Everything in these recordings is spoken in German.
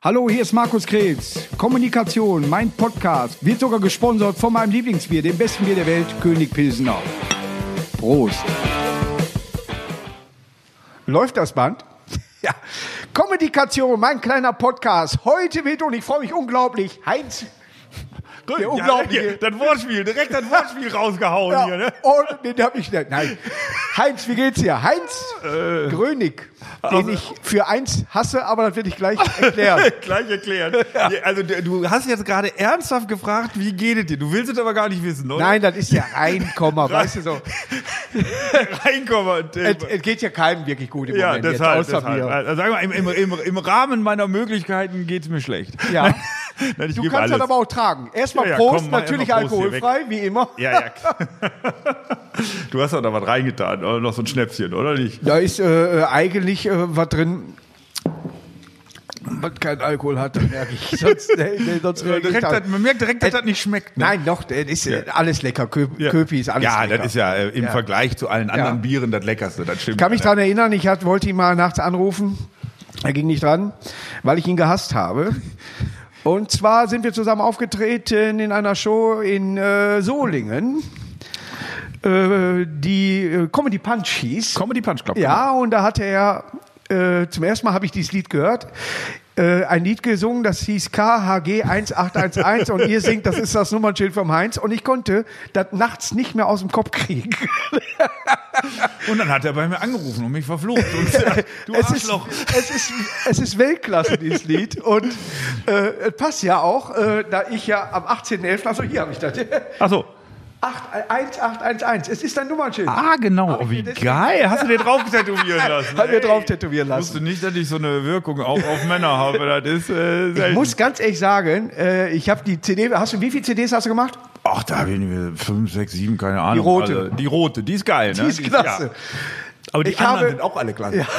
Hallo, hier ist Markus Krebs. Kommunikation, mein Podcast, wird sogar gesponsert von meinem Lieblingsbier, dem besten Bier der Welt, König Pilsener. Prost. Läuft das Band? Ja. Kommunikation, mein kleiner Podcast. Heute mit, und ich freue mich unglaublich, Heinz. Gut, Der Unglaubliche. das Wortspiel, direkt das Wortspiel rausgehauen Ja, hier, ne? Und den habe ich nicht. Nein. Heinz, wie geht's dir? Heinz Grönig, den Äh. also- ich für eins hasse, aber das werde ich gleich erklären. Gleich erklärt. Ja, Also du- du hast jetzt gerade ernsthaft gefragt, wie geht es dir? Du willst es aber gar nicht wissen, oder? Nein, das ist ja ein Komma, weißt du so. Reinkommen. und, äh, Es, es geht ja keinem wirklich gut im Ja, Moment, jetzt, deshalb. außer deshalb. mir. Also, sag mal, im, im, im, im Rahmen meiner Möglichkeiten geht es mir schlecht. Ja. Nein, ich Du gebe kannst das alles. aber auch tragen. Erstmal Ja, ja, Prost, komm, mach natürlich erstmal Prost hier weg. alkoholfrei, wie immer. Ja, ja. du hast doch da was reingetan, oder? Noch so ein Schnäpschen, oder nicht? Da ist äh, äh, eigentlich äh, was drin, was keinen Alkohol hat, dann merke ich. Sonst, nee, nee, sonst reagiere ich Direkt, da- dass- man merkt direkt, dass Äh, das nicht schmeckt. ne? Nein, doch, das ist äh, alles lecker. Kö Ja. Köpi ist alles Ja, lecker. das ist ja äh, im Ja. Vergleich zu allen anderen Bieren das Leckerste, das stimmt. Ich kann mich Ja. daran erinnern, ich hat, wollte ihn mal nachts anrufen. Er ging nicht dran, weil ich ihn gehasst habe. Und zwar sind wir zusammen aufgetreten in einer Show in äh, Solingen, äh, die äh, Comedy Punch hieß. Comedy Punch Club. Ja, und da hatte er, äh, zum ersten Mal habe ich dieses Lied gehört, äh, ein Lied gesungen, das hieß KHG 1811 und ihr singt, das ist das Nummernschild vom Heinz und ich konnte das nachts nicht mehr aus dem Kopf kriegen. Und dann hat er bei mir angerufen und mich verflucht. Und, äh, du es, ist, Arschloch. es, ist, es ist Weltklasse, dieses Lied. Und äh, es passt ja auch, äh, da ich ja am 18.11., also hier habe ich das, Ach so. 81811, es ist dein Nummernschild. Ah, genau. Oh, wie geil. Hast du dir drauf tätowieren lassen? Hat Halt mir Ey. drauf tätowieren Ich wusste lassen. nicht, dass ich so eine Wirkung auch auf Männer habe. Das ist äh, Ich selten. muss ganz ehrlich sagen, äh, ich habe die CD, hast du, wie viele CDs hast du gemacht? Ach, da bin ich 5, 6, 7, keine Ahnung. rote. Also, die rote, die ist geil. Ne? Die ist klasse. ja. Aber die Ich anderen habe- sind auch alle klasse.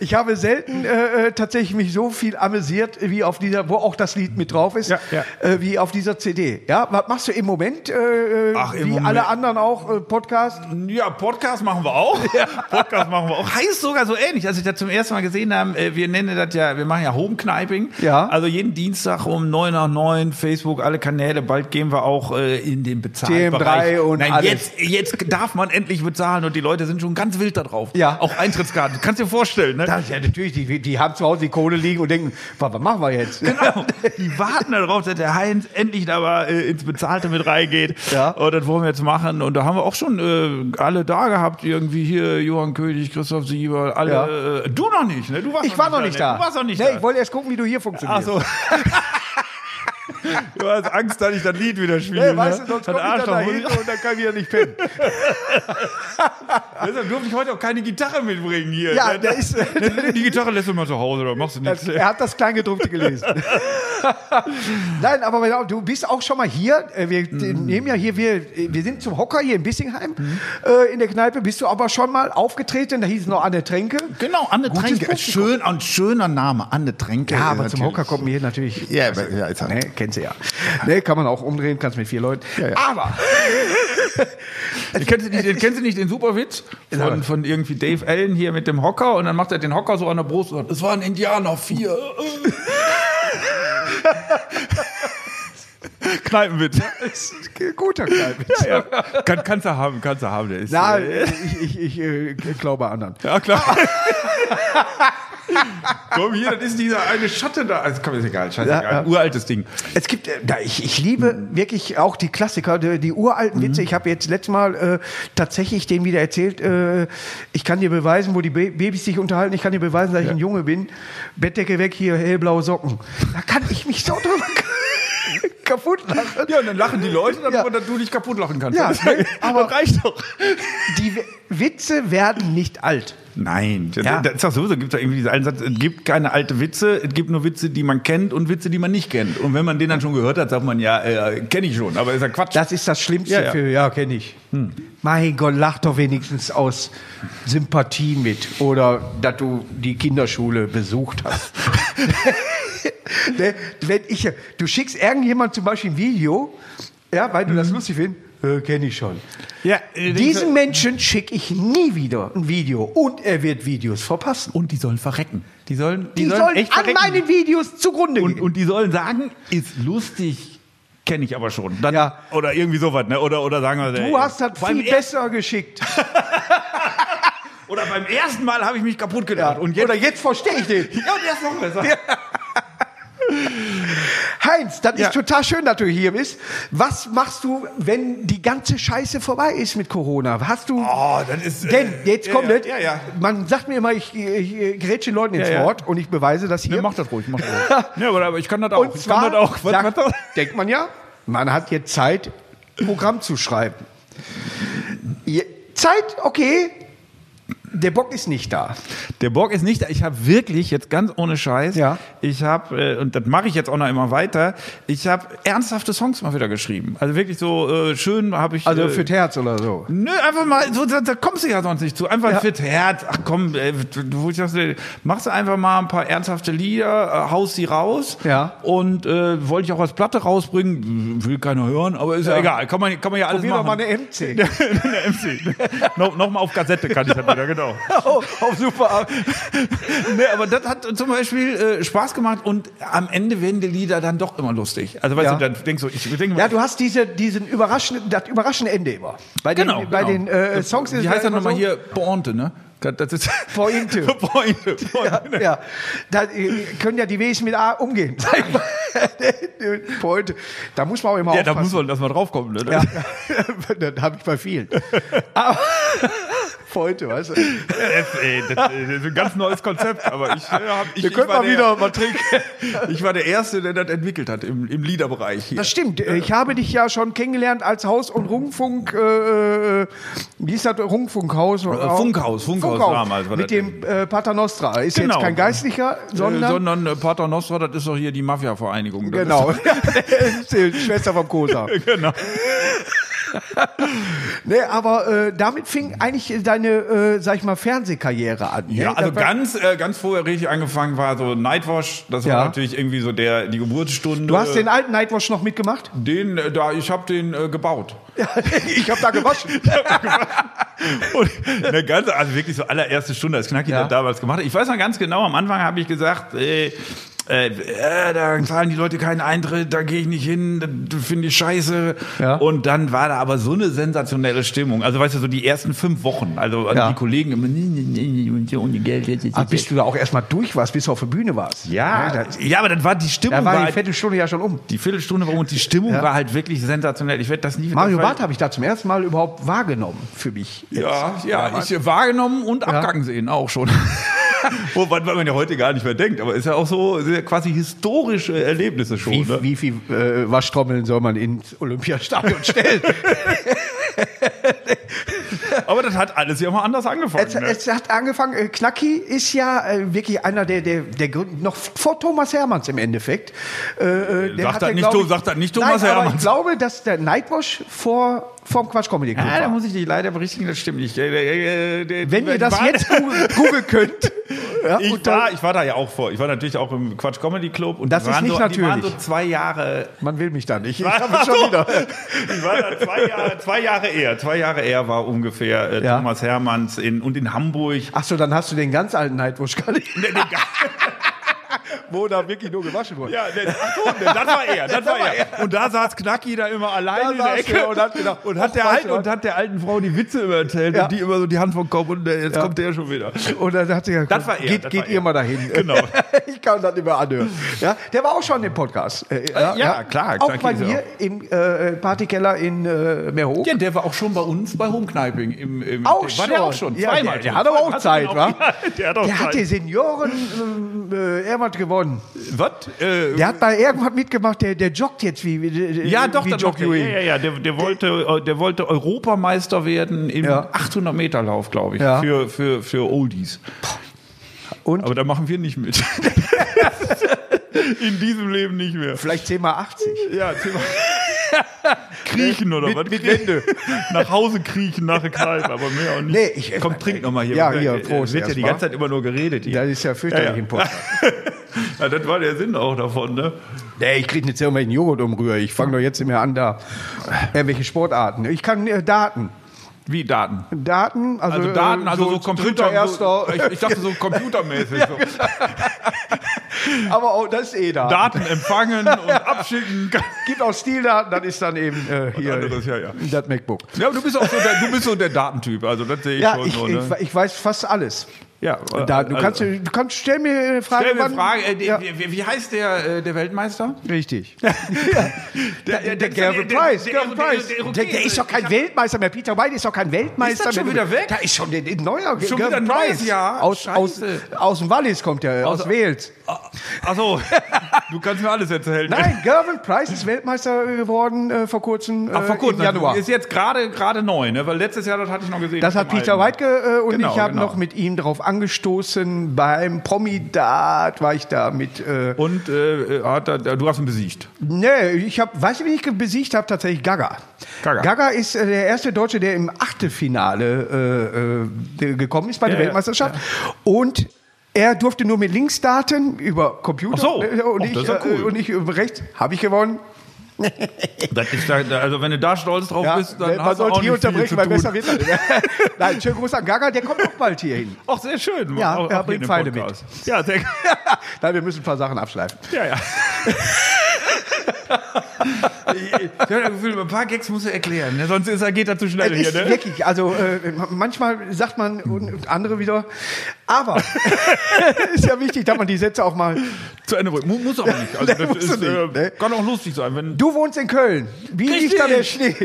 Ich habe selten äh, äh, tatsächlich mich so viel amüsiert, wie auf dieser, wo auch das Lied mit drauf ist, Ja, ja. Äh, wie auf dieser CD. Ja, was machst du im Moment? Äh, Ach, wie im Moment- alle anderen auch äh, Podcast? Ja, Podcast machen wir auch. Podcast machen wir auch. Heißt sogar so ähnlich. Als ich das zum ersten Mal gesehen habe, äh, wir nennen das ja, wir machen ja Homekneiping. Ja. Also jeden Dienstag um 9 nach 9, Facebook, alle Kanäle. Bald gehen wir auch äh, in den bezahlten TM3 Bereich. und Nein, alles. jetzt, jetzt darf man endlich bezahlen und die Leute sind schon ganz wild da drauf. Ja. Auch Eintrittskarten. Kannst dir vorstellen, ne? Da, ja, natürlich, die, die haben zu Hause die Kohle liegen und denken, wa- was machen wir jetzt? Genau. Die warten darauf, dass der Heinz endlich da mal äh, ins Bezahlte mit reingeht. Ja. Und das wollen wir jetzt machen. Und da haben wir auch schon äh, alle da gehabt, irgendwie hier, Johann König, Christoph Sieber, alle. Ja. Äh, du noch nicht, ne? Du warst Ich war noch nicht da. ne? Du warst noch nicht nee, da. Ich wollte erst gucken, wie du hier funktionierst. Ach so. Du hast Angst, dass ich das Lied wieder spiele. ne? Hey, weißt du, sonst Das komme ich dann Arschloch. da hin und dann kann ich wieder nicht pennen. Deshalb durfte ich heute auch keine Gitarre mitbringen hier. Ja, Ne? der ist- die Gitarre lässt du mal zu Hause, oder machst du nichts. Er hat das Kleingedruckte gelesen. Nein, aber genau, du bist auch schon mal hier. Äh, Wir äh, nehmen ja hier, wir, äh, wir sind zum Hocker hier in Bissingheim äh, in der Kneipe. Bist du aber schon mal aufgetreten? Da hießen noch Anne Tränke. Genau, Anne Gutes Tränke. Publikum. Schön, ein schöner Name, Anne Tränke. Ja, äh, aber zum natürlich. Hocker kommt mir hier natürlich. Ja, aber- ja, ist halt- ne, kennst du ja. Ne, kann man auch umdrehen, kannst mit vier Leuten. ja. Aber Also, Kennst du, nicht, den- kennst du nicht den Superwitz von, von irgendwie Dave Allen hier mit dem Hocker und dann macht er den Hocker so an der Brust und sagt, es war ein Indianer, vier. Kneipenwitz. ist ein guter Kneipe. Ja. Kann, kannst du haben, kannst du haben. Der ist, Na, äh, ich, ich, ich äh, glaube anderen. ja, klar. Komm hier, das ist dieser eine Schatte da. Also, komm, ist egal, scheißegal. Ja, ja. Uraltes Ding. Es gibt, äh, da ich, ich liebe wirklich auch die Klassiker, die, die uralten Witze. Ich habe jetzt letztes Mal äh, tatsächlich dem wieder erzählt, äh, ich kann dir beweisen, wo die Ba- Babys sich unterhalten, ich kann dir beweisen, dass ich ein Junge bin. Bettdecke weg, hier hellblaue Socken. Da kann ich mich so drüber kaputt lachen. Ja, und dann lachen die Leute, damit Ja. man dass du nicht kaputt lachen kannst. Ja, aber- aber reicht doch. Die W- Witze werden nicht alt. Nein, das, Ja. das ist doch sowieso, gibt es irgendwie diesen einen Satz, es gibt keine alte Witze, es gibt nur Witze, die man kennt und Witze, die man nicht kennt. Und wenn man den dann schon gehört hat, sagt man, ja, äh, kenne ich schon, aber ist ja Quatsch. Das ist das Schlimmste Ja, ja. für, ja, kenne ich. Mein Gott, lach doch wenigstens aus Sympathie mit oder dass du die Kinderschule besucht hast. Mhm. ne, wenn ich, du schickst irgendjemand zum Beispiel ein Video, ja, weil du das lustig findest. äh, kenne ich schon. Ja, äh, Diesen Menschen schicke ich nie wieder ein Video und er wird Videos verpassen. und die sollen verrecken. Die sollen, Die, sollen an meinen Videos zugrunde und, gehen. und die sollen sagen, ist lustig, kenne ich aber schon. Dann, Ja. Oder irgendwie sowas, ne? Oder, oder sagen wir, du hast das beim viel er- besser geschickt. Oder beim ersten Mal habe ich mich kaputt gedacht. Und jetzt, Oder jetzt verstehe ich den. ja, und jetzt noch besser. Heinz, das Ja. ist total schön, dass du hier bist. Was machst du, wenn die ganze Scheiße vorbei ist mit Corona? Hast du. Oh, das ist. äh, denn jetzt ja, kommt ja, das- Ja, ja. Man sagt mir immer, ich, ich, ich grätsche den Leuten ins Ja, ja. Wort und ich beweise das hier. Ne, mach das ruhig, mach das ruhig. ja, aber, aber ich kann das auch. Und ich zwar kann das auch. Was, sagt, was, denkt man ja, man hat jetzt Zeit, Programm zu schreiben. Je- Zeit, okay. Der Bock ist nicht da. Der Bock ist nicht da. Ich habe wirklich, jetzt ganz ohne Scheiß, Ja. ich habe, äh, und das mache ich jetzt auch noch immer weiter, ich habe ernsthafte Songs mal wieder geschrieben. Also wirklich so äh, schön habe ich. Also äh, für Herz oder so. Nö, einfach mal, so, da, da kommst du ja sonst nicht zu. Einfach Ja. fit Herz. Ach komm, ey, du- wo ich das, äh, machst du einfach mal ein paar ernsthafte Lieder, äh, haust sie raus. Ja. Und äh, wollte ich auch als Platte rausbringen, will keiner hören, aber ist ja, Ja. egal. Kann man, kann man ja alles Probier doch machen. mal eine MC. eine MC. no, Nochmal auf Kassette kann ich das wieder, genau. oh, auf super. Nee, aber das hat zum Beispiel äh, Spaß gemacht und am Ende werden die Lieder dann doch immer lustig. Also weißt Ja. du, dann denkst du, ich denke Ja, du hast diese, diesen überraschenden, das überraschende Ende immer. Bei den, Genau, bei genau. den äh, Songs wie heißt ja das immer nochmal so. hier? Pointe, ne? Das ist Pointe. Pointe. ne? Pointe. Ja, da äh, können ja die Wesen mit A umgehen. Sag ich mal. Point. Da muss man auch immer Ja, da aufpassen. muss man erstmal draufkommen. Ne? Ja, dann habe ich bei vielen. Aber heute, weißt du. Das, äh, das, äh, das ist ein ganz neues Konzept, aber ich, äh, hab, ich, Wir ich können war mal wieder der, trinken. Ich war der Erste, der das entwickelt hat im, im Liederbereich. Hier. Das stimmt. Ich habe dich ja schon kennengelernt als Haus- und Rundfunk, äh, wie ist das? Rundfunkhaus? Äh, Funkhaus, Funkhaus damals war Mit das dem äh, Pater Nostra. Ist Genau. jetzt kein Geistlicher, äh, sondern... sondern äh, Pater Nostra, das ist doch hier die Mafia-Vereinigung. Das genau. Schwester vom Kosa. Ist, genau. Nee, aber äh, damit fing eigentlich deine, äh, sag ich mal, Fernsehkarriere an. ne? Ja, also Das war- ganz, äh, ganz vorher richtig angefangen war so Nightwash. Das Ja. war natürlich irgendwie so der, die Geburtsstunde. Du hast den alten Nightwatch noch mitgemacht? Den, äh, da, ich habe den äh, gebaut. Ja, ich habe da gewaschen. Und eine ganze, also wirklich so allererste Stunde, als Knacki Ja. das damals gemacht hat. Ich weiß noch ganz genau, am Anfang habe ich gesagt, äh, äh, äh, da zahlen die Leute keinen Eintritt, da gehe ich nicht hin, das finde ich scheiße. Ja. Und dann war da aber so eine sensationelle Stimmung. Also weißt du, so die ersten fünf Wochen, also an Ja. die Kollegen immer, nee, nee, nee, und hier ohne Geld. jetzt, jetzt, Ah, jetzt. bis du da auch erstmal durch warst, bis du auf der Bühne warst. Ja, da, ja, aber dann war die Stimmung da war war halt die Viertelstunde ja schon um. die Viertelstunde rum und die Stimmung Ja. war halt wirklich sensationell. Ich werde das nie Mario das war- Barth habe ich da zum ersten Mal überhaupt wahrgenommen für mich. Ja, ja, ich wahrgenommen und abgangen sehen auch schon. Wobei weil man ja heute gar nicht mehr denkt, aber ist ja auch so sind ja quasi historische Erlebnisse schon. Wie, ne? wie viel äh, Waschtrommeln soll man ins Olympiastadion stellen? Aber das hat alles ja mal anders angefangen. es, ne? es hat angefangen, äh, Knacki ist ja äh, wirklich einer der, der, der Gründer, noch vor Thomas Hermanns im Endeffekt. Äh, äh, der Sag hat das ja, nicht glaub Tho- ich- sag das nicht Thomas Nein, Aber Hermanns. ich glaube, dass der Nightwash vor, vom Quatsch Comedy Club ja, da war. muss ich dich leider berichtigen, das stimmt nicht. Äh, äh, äh, die- Wenn die- ihr das war- jetzt googeln- googeln könnt. Ja, ich und dann- war, ich war da ja auch vor. Ich war natürlich auch im Quatsch Comedy Club und Das die ist waren nicht so, Die waren natürlich. so zwei Jahre man will mich da nicht. Ich Ach habe schon so. wieder. Ich war da zwei Jahre, zwei Jahre eher. Zwei Jahre eher war ungefähr äh, Ja. Thomas Hermanns in, und in Hamburg. Ach so, dann hast du den ganz alten Nightwatch gar nicht. Ne, Wo da wirklich nur gewaschen wurde. Ja, ne, ach so, ne, das war er, das war er. Und da saß Knacki da immer Da allein in der saß Ecke er und hat gedacht, und hat oh, ach, der weißt alten, du was? und hat der alten Frau die Witze immer erzählt Ja. und die immer so die Hand vom Kopf und äh, jetzt kommt der schon wieder. Und dann hat sie gesagt, Das war er, geht, das geht war ihr er. mal dahin. Genau. ich kann das nicht mehr anhören. Ja, der war auch schon im Podcast. Äh, ja, klar, Auch klar, bei geht er mir im äh, Partykeller in äh, Meerhof. Ja, der war auch schon bei uns bei Homekneiping im, im Auch war schon. Der auch schon. Ja, zweimal der- der schon. hat aber auch Hat Zeit, ihn wa? Ja, der hat auch Der hat die Zeit. Senioren ähm, äh, irgendwas gewonnen. Was? Äh, Der hat bei irgendwas mitgemacht, der, der joggt jetzt wie, wie Ja, doch, wie das macht Jock er. ja, Ewing. ja, ja. Der, der, wollte, äh, der wollte Europameister werden im Ja. 800-Meter-Lauf, glaube ich, Ja. für, für, für Oldies. Und? Aber da machen wir nicht mit. In diesem Leben nicht mehr. Vielleicht 10 mal 80. Ja, Thema. kriechen oder mit, was? Mit Wende. nach Hause kriechen, nach der Kneipe, aber mehr auch nicht. Nee, ich- Komm, trink nochmal hier. Ja, Äh, hier, äh, Prost Wird ja erst die mal. ganze Zeit immer nur geredet hier. Das ist ja fürchterlich Ja, ja. im Podcast. Ja, das war der Sinn auch davon, ne? Nee, ich kriege jetzt ja immer den Joghurt umrühre. Ich fange doch jetzt immer an da. Irgendwelche Sportarten. Ich kann äh, Daten. Wie Daten? Daten, also, Also Daten, äh, also so, Computer. Dritter, So, ich, erster. ich dachte so computermäßig. so. genau. Aber auch das ist eh da. Daten empfangen und abschicken. Gibt auch Stildaten, dann ist dann eben äh, hier anderes, ja, ja. das MacBook. Ja, aber du bist auch so der, du bist so der Datentyp, also das sehe ich Ja, schon ich, so, ich, ne? ich weiß fast alles. Ja, Da, du, also- kannst, äh, du kannst, stell mir eine Frage. Stell mir wann- eine Frage, äh, ja, wie, wie- wie heißt der, äh, der Weltmeister? richtig. der der, der, Gervin der- Price. der- Gervin der- Price. der- der- Der, der ist doch kein Weltmeister mehr. Peter White ist doch kein Weltmeister schon mehr. wieder weg? Da ist schon der, der neuer Schon Gervin wieder ein neues Price. Jahr? Aus, aus, Scheiße. aus dem Wallis kommt der, aus, Aus- Wales. Achso, du kannst mir alles erzählen. Nein, Gervin Price ist Weltmeister geworden äh, vor kurzem, äh, Ach, vor kurzem. im Januar. Ist jetzt gerade gerade neu, ne? Weil letztes Jahr, das hatte ich noch gesehen. Das hat Im Peter Alten. White ge- äh, und Genau, ich habe genau. noch mit ihm darauf angestoßen. Beim Promidat war ich da mit. Äh, Und äh, hat, er- du hast ihn besiegt. nee, ich habe, weißt du, wen ich ge- besiegt habe? Tatsächlich Gaga. Gaga. Gaga ist äh, der erste Deutsche, der im Achtelfinale äh, äh, gekommen ist bei der Ja, ja, Weltmeisterschaft. Und er durfte nur mit links starten über Computer. Ach so. Äh, Und, Och, ich, das ist ja äh, cool. und ich über rechts habe ich gewonnen. Das ist da, da- also wenn du da stolz drauf Ja, bist, dann man hast du sollte auch hier nicht viel unterbrechen, zu weil besser tun. wird das nicht. Nein, schönen Gruß an Gaga, der kommt auch bald hier hin. Ach, sehr schön. Ja, auch, er auch hier bringt in dem Pfeile Podcast. Ja, sehr Nein, wir müssen ein paar Sachen abschleifen. Ja, ja. ich habe das Gefühl, ein paar Gags musst du erklären, ne? sonst ist, er- geht er zu schnell Es hier. ist Ne? wirklich, also äh, manchmal sagt man und und andere wieder, aber ist ja wichtig, dass man die Sätze auch mal. Zu Ende bringen. Mu- Muss aber nicht. Also, Nee, das musst ist, du äh, nicht, ne? Kann auch lustig sein. Wenn Du wohnst in Köln. Wie liegt da der Schnee?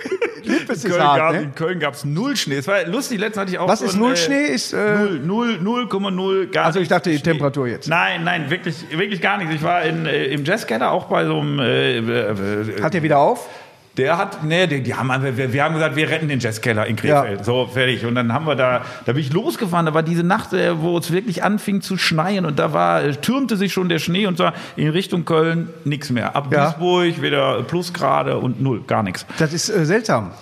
Lippes in ist Köln hart, gab- ne? In Köln gab es null Schnee. Es war lustig, letztens hatte ich auch Was so ist ein, null äh, Schnee? Ist, äh, Null, null, 0,0 gar Also ich nichts dachte, die Schnee. Temperatur jetzt. Nein, nein, wirklich, wirklich gar nichts. Ich war in, äh, im Jazzkeller auch bei so einem. Äh, äh, hat er wieder auf? Der hat, nee, die, die haben, wir, wir haben gesagt, wir retten den Jazzkeller in Krefeld. Ja. So, fertig. Und dann haben wir da, da bin ich losgefahren. Da war diese Nacht, äh, wo es wirklich anfing zu schneien. Und da war, äh, türmte sich schon der Schnee und zwar in Richtung Köln nichts mehr. Ab Ja. Duisburg wieder Plusgrade und null, gar nichts. Das ist äh, seltsam.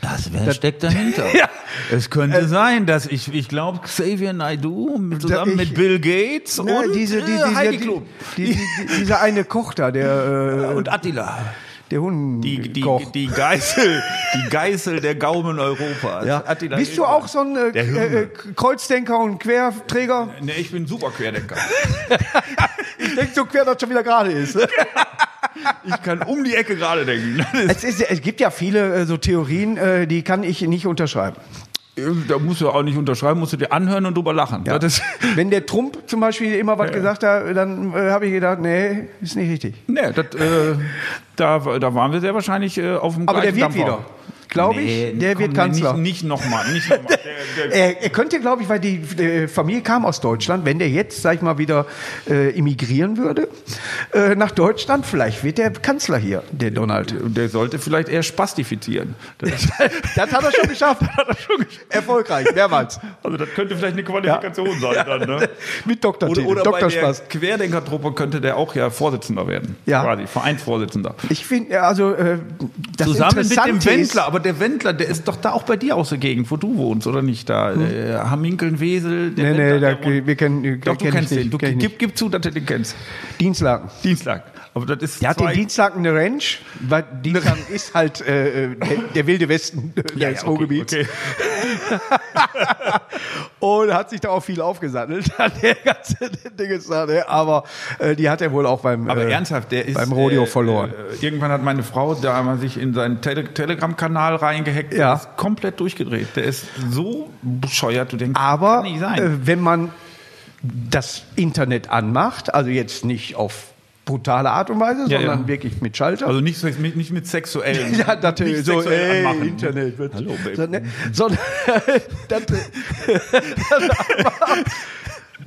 Das, wer steckt dahinter? ja. Äh, Es könnte sein, dass ich, ich glaube, Xavier Naidoo zusammen mit Bill Gates Ja, Ne, äh, diese, die, die, die, die, die, die, dieser eine Koch da, der, äh, und Attila. der Hunden. Die, die, die, Geißel, die Geißel der Gaumen Europas. ja. Attila Bist du Hildmann. auch so ein äh, Der Hümmel. äh, Kreuzdenker und Querträger? Nee, ich bin super Querdenker. Ich denke so quer, dass schon wieder gerade ist. Ich kann um die Ecke gerade denken. Es, ist, es gibt ja viele äh, so Theorien, äh, die kann ich nicht unterschreiben. Da musst du auch nicht unterschreiben, musst du dir anhören und drüber lachen. Ja. Das, Wenn der Trump zum Beispiel immer was gesagt hat, dann äh, habe ich gedacht, nee, ist nicht richtig. nee, das, äh, da, war- da waren wir sehr wahrscheinlich äh, auf dem Aber der gleichen wird Dampfer. wieder, glaube ich. Nee, der komm, wird Kanzler. Nicht, nicht nochmal. Nicht noch mal. Der, der, Er, er könnte, glaube ich, weil die, äh, Familie kam aus Deutschland, wenn der jetzt, sag ich mal, wieder äh, emigrieren würde äh, nach Deutschland, vielleicht wird der Kanzler hier, der Donald. der sollte vielleicht eher spastifizieren. Das, Das hat er schon geschafft. hat er schon geschafft. Erfolgreich, mehrmals. also das könnte vielleicht eine Qualifikation sein dann, ne? Mit Doktortitel, Oder, oder bei der Doktorspaß. Querdenkertruppe könnte der auch ja Vorsitzender werden. Ja. Quasi, Vereinsvorsitzender. Ich finde, also äh, das Zusammen mit dem Interessante ist- Wendler, aber der Wendler, der ist doch da auch bei dir aus der Gegend, wo du wohnst, oder nicht? Da, Hm? äh, Hamminkeln, Wesel, der Nee, Wendler, nee, da, der wohnt- wir kennen den Doch, du kennst den. Du, kenn ich gib, gib zu, dass du den kennst. nicht. Dienstlaken. Dienstag. Aber das ist Der hat zwei- den Dienstlaken eine Ranch, weil Dienstlaken ist halt äh, äh, der, der wilde Westen des ja, ja, okay, Ruhrgebiets. okay. Und hat sich da auch viel aufgesattelt, an der ganze Dinge da, ne? Aber äh, die hat er wohl auch beim, Aber äh, ernsthaft, der ist beim Rodeo verloren. Äh, irgendwann hat meine Frau da mal sich in seinen Tele Telegram-Kanal reingehackt. Ja. Der ist komplett durchgedreht. Der ist so bescheuert, du denkst, Aber kann nicht sein. äh, wenn man das Internet anmacht, also jetzt nicht auf brutale Art und Weise, Ja, sondern ja. wirklich mit Schalter. also nicht, sex- mit- nicht mit sexuellen. Ja, natürlich. nicht So, sexuell ey, anmachen. Internet. Wird Hallo, Baby. So, ne, so, dann,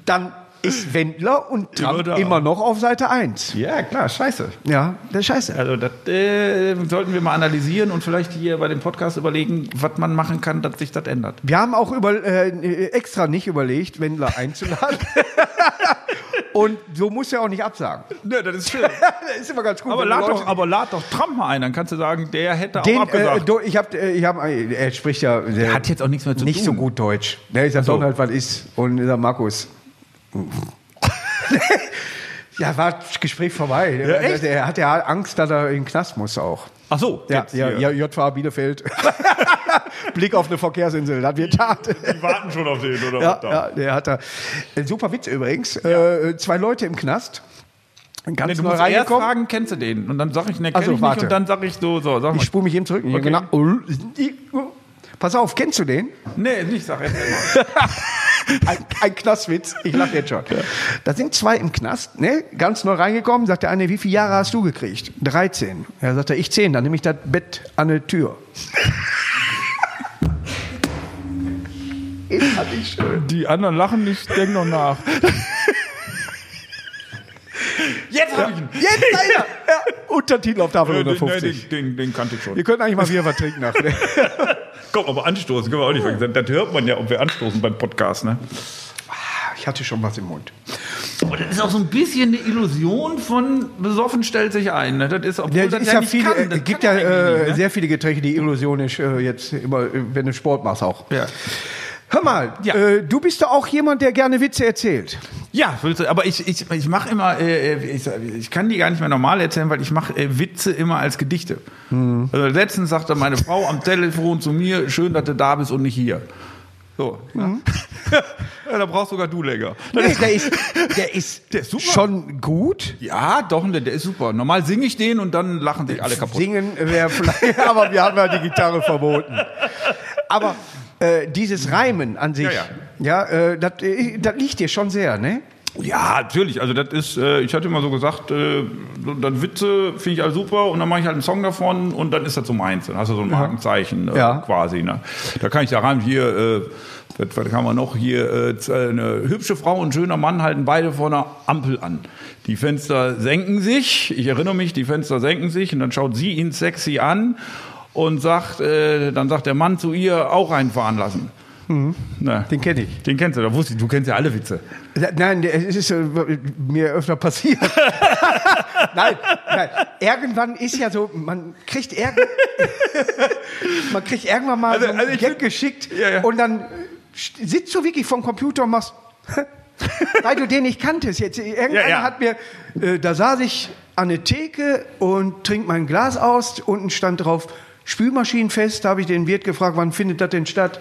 dann ist Wendler und Trump Immer immer, da. noch auf Seite 1. Ja, klar, scheiße. Ja, das ist scheiße. Also das äh, sollten wir mal analysieren und vielleicht hier bei dem Podcast überlegen, was man machen kann, dass sich das ändert. Wir haben auch über, äh, extra nicht überlegt, Wendler einzuladen. Und so muss ja auch nicht absagen. Ne, das ist schön. Das ist immer ganz gut. Aber wenn die lad, Leute- doch, aber lad doch Trump mal ein, dann kannst du sagen, der hätte den, auch äh, abgesagt. do- ich hab, äh, ich hab, äh, er spricht ja der hat jetzt auch nichts mehr zu nicht tun. so gut Deutsch. Ne, ich sag so. Donald, was ist? Und ich sag Markus. ja, war das Gespräch vorbei. echt? er hat ja Angst, dass er in den Knast muss auch. Ach so, Ja, jetzt ja, hier. ja, JVA Bielefeld. Blick auf eine Verkehrsinsel, das wird hart. die warten schon auf den, oder? Ja, was da? ja, der hat da. Äh, Super Witz übrigens. Äh, zwei Leute im Knast. Ganz Nee, du neu musst erst reingekommen. fragen, kennst du den? Und dann sag ich, ne, kenn Also, ich warte. nicht. Und dann sag ich so, so, sag mal. Ich spule mich eben zurück. Okay. Genau. Pass auf, kennst du den? nee, nicht sag jetzt. immer. Ein, ein Knastwitz. Ich lache jetzt schon. Da sind zwei im Knast, ne? ganz neu reingekommen. Sagt der eine, wie viele Jahre hast du gekriegt? 13. Ja, sagt er, ich 10. Dann nehme ich das Bett an der Tür. Ist das nicht schön? Die anderen lachen nicht, denk noch nach. Jetzt hab ich ihn. Jetzt einer! Ja, Untertitel auf Tafel Äh, den- 150. nee, Den, den, den kannte ich schon. Ihr könnt eigentlich mal wieder was trinken nach. Ne? Komm, aber anstoßen können wir auch nicht vergessen. Das hört man ja, ob wir anstoßen beim Podcast, ne? Ich hatte schon was im Mund. Und das ist auch so ein bisschen eine Illusion von besoffen stellt sich ein. Ne? Das ist, obwohl Ja, das ist ja nicht viel, kann, äh, das gibt ja kann er äh, eigentlich nicht, ne? sehr viele Getränke, die illusionisch äh, jetzt immer, äh, wenn du Sport machst auch. ne? Ja. Hör mal, Ja. äh, du bist doch auch jemand, der gerne Witze erzählt. Ja, willst du- aber ich, ich, ich mache immer, äh, ich, ich kann die gar nicht mehr normal erzählen, weil ich mache äh, Witze immer als Gedichte. Mhm. Also letztens sagte meine Frau am Telefon zu mir, schön, dass du da bist und nicht hier. So. ja, da brauchst sogar du länger. Mhm. Nee, der ist, der ist, Der ist super. schon gut. Ja, doch, ne, der ist super. Normal singe ich den und dann lachen sich alle kaputt. Singen wäre vielleicht, aber wir haben ja die Gitarre verboten. Aber äh, dieses Reimen an sich, Ja, ja, äh, das äh, das liegt dir schon sehr, ne? Ja, natürlich. Also das ist, äh, ich hatte immer so gesagt, äh, so dann Witze finde ich alles super und dann mache ich halt einen Song davon und dann ist das so meins. Dann hast du so ein Markenzeichen äh, Ja. quasi. Ne? Da kann ich da rein, hier, äh, was, was kann man noch hier, äh, z- äh, eine hübsche Frau und ein schöner Mann halten beide vor einer Ampel an. Die Fenster senken sich, ich erinnere mich, die Fenster senken sich und dann schaut sie ihn sexy an und sagt, äh, dann sagt der Mann zu ihr, auch reinfahren lassen. Na, Mhm. Den den, kenne ich. kennst du, da wusste ich, du kennst ja alle Witze. Nein, der- es ist äh, mir öfter passiert. nein, nein, irgendwann ist ja so, man kriegt, irgend, man kriegt irgendwann mal Also- so einen also ich Gag find- geschickt Ja, ja. und dann äh, st- sitzt du wirklich vorm Computer und machst, weil du den nicht kanntest. Jetzt, irgendeiner Ja, ja. hat mir, äh, da saß ich an der Theke und trink mein Glas aus, unten stand drauf, Spülmaschinenfest, da habe ich den Wirt gefragt, wann findet das denn statt?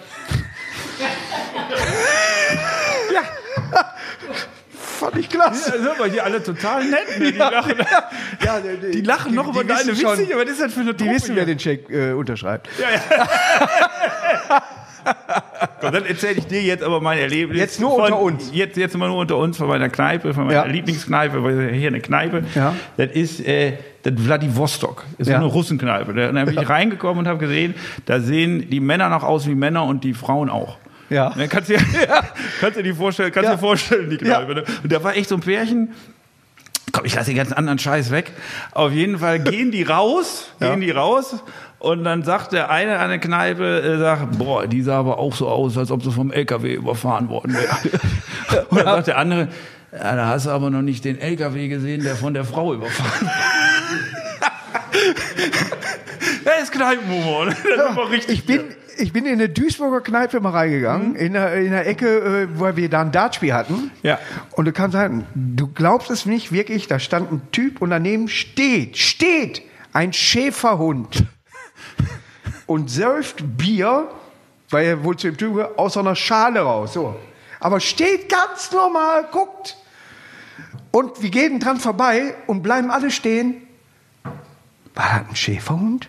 Fand ich klasse. Das sind aber hier alle total nett. Ne? Die, lachen, Ja, die, die- die lachen noch über deine wissen schon, Witze. Aber das ist halt für eine Die Truppe wissen, hier. wer den Scheck äh, unterschreibt. Komm, Dann erzähle ich dir jetzt aber mein Erlebnis. Jetzt nur von, unter uns. Jetzt, jetzt immer nur unter uns von meiner Kneipe, von Ja. meiner Lieblingskneipe, weil hier eine Kneipe. Ja. Das ist äh, das Vladivostok. Das ist Ja. so eine Russenkneipe. Da, da bin ich reingekommen und habe gesehen, da sehen die Männer noch aus wie Männer und die Frauen auch. Ja. Ne, Kannst du ja, kannst du dir vorstellen, kannst Ja. dir vorstellen, die Ja. Kneipe. Ne? Und da war echt so ein Pärchen, Komm, ich lasse den ganzen anderen Scheiß weg. Auf jeden Fall gehen die raus, gehen die raus. Und dann sagt der eine an der Kneipe, äh, sagt, boah, die sah aber auch so aus, als ob sie vom LKW überfahren worden wäre. Und dann sagt der andere, ja, da hast du aber noch nicht den LKW gesehen, der von der Frau überfahren wurde. Das ist Kneipenhumor. ne? Das ist immer richtig. Mhm. Ich bin, ich bin in eine Duisburger Kneipe mal reingegangen, in, der, in der Ecke, äh, wo wir da ein Dartspiel hatten. Ja. Und du kannst sagen, du glaubst es nicht wirklich, da stand ein Typ und daneben steht, steht ein Schäferhund und säuft Bier, weil er wohl zu dem Typen gehört, aus einer Schale raus. So. Aber steht ganz normal, guckt. Und wir gehen dran vorbei und bleiben alle stehen. War das ein Schäferhund?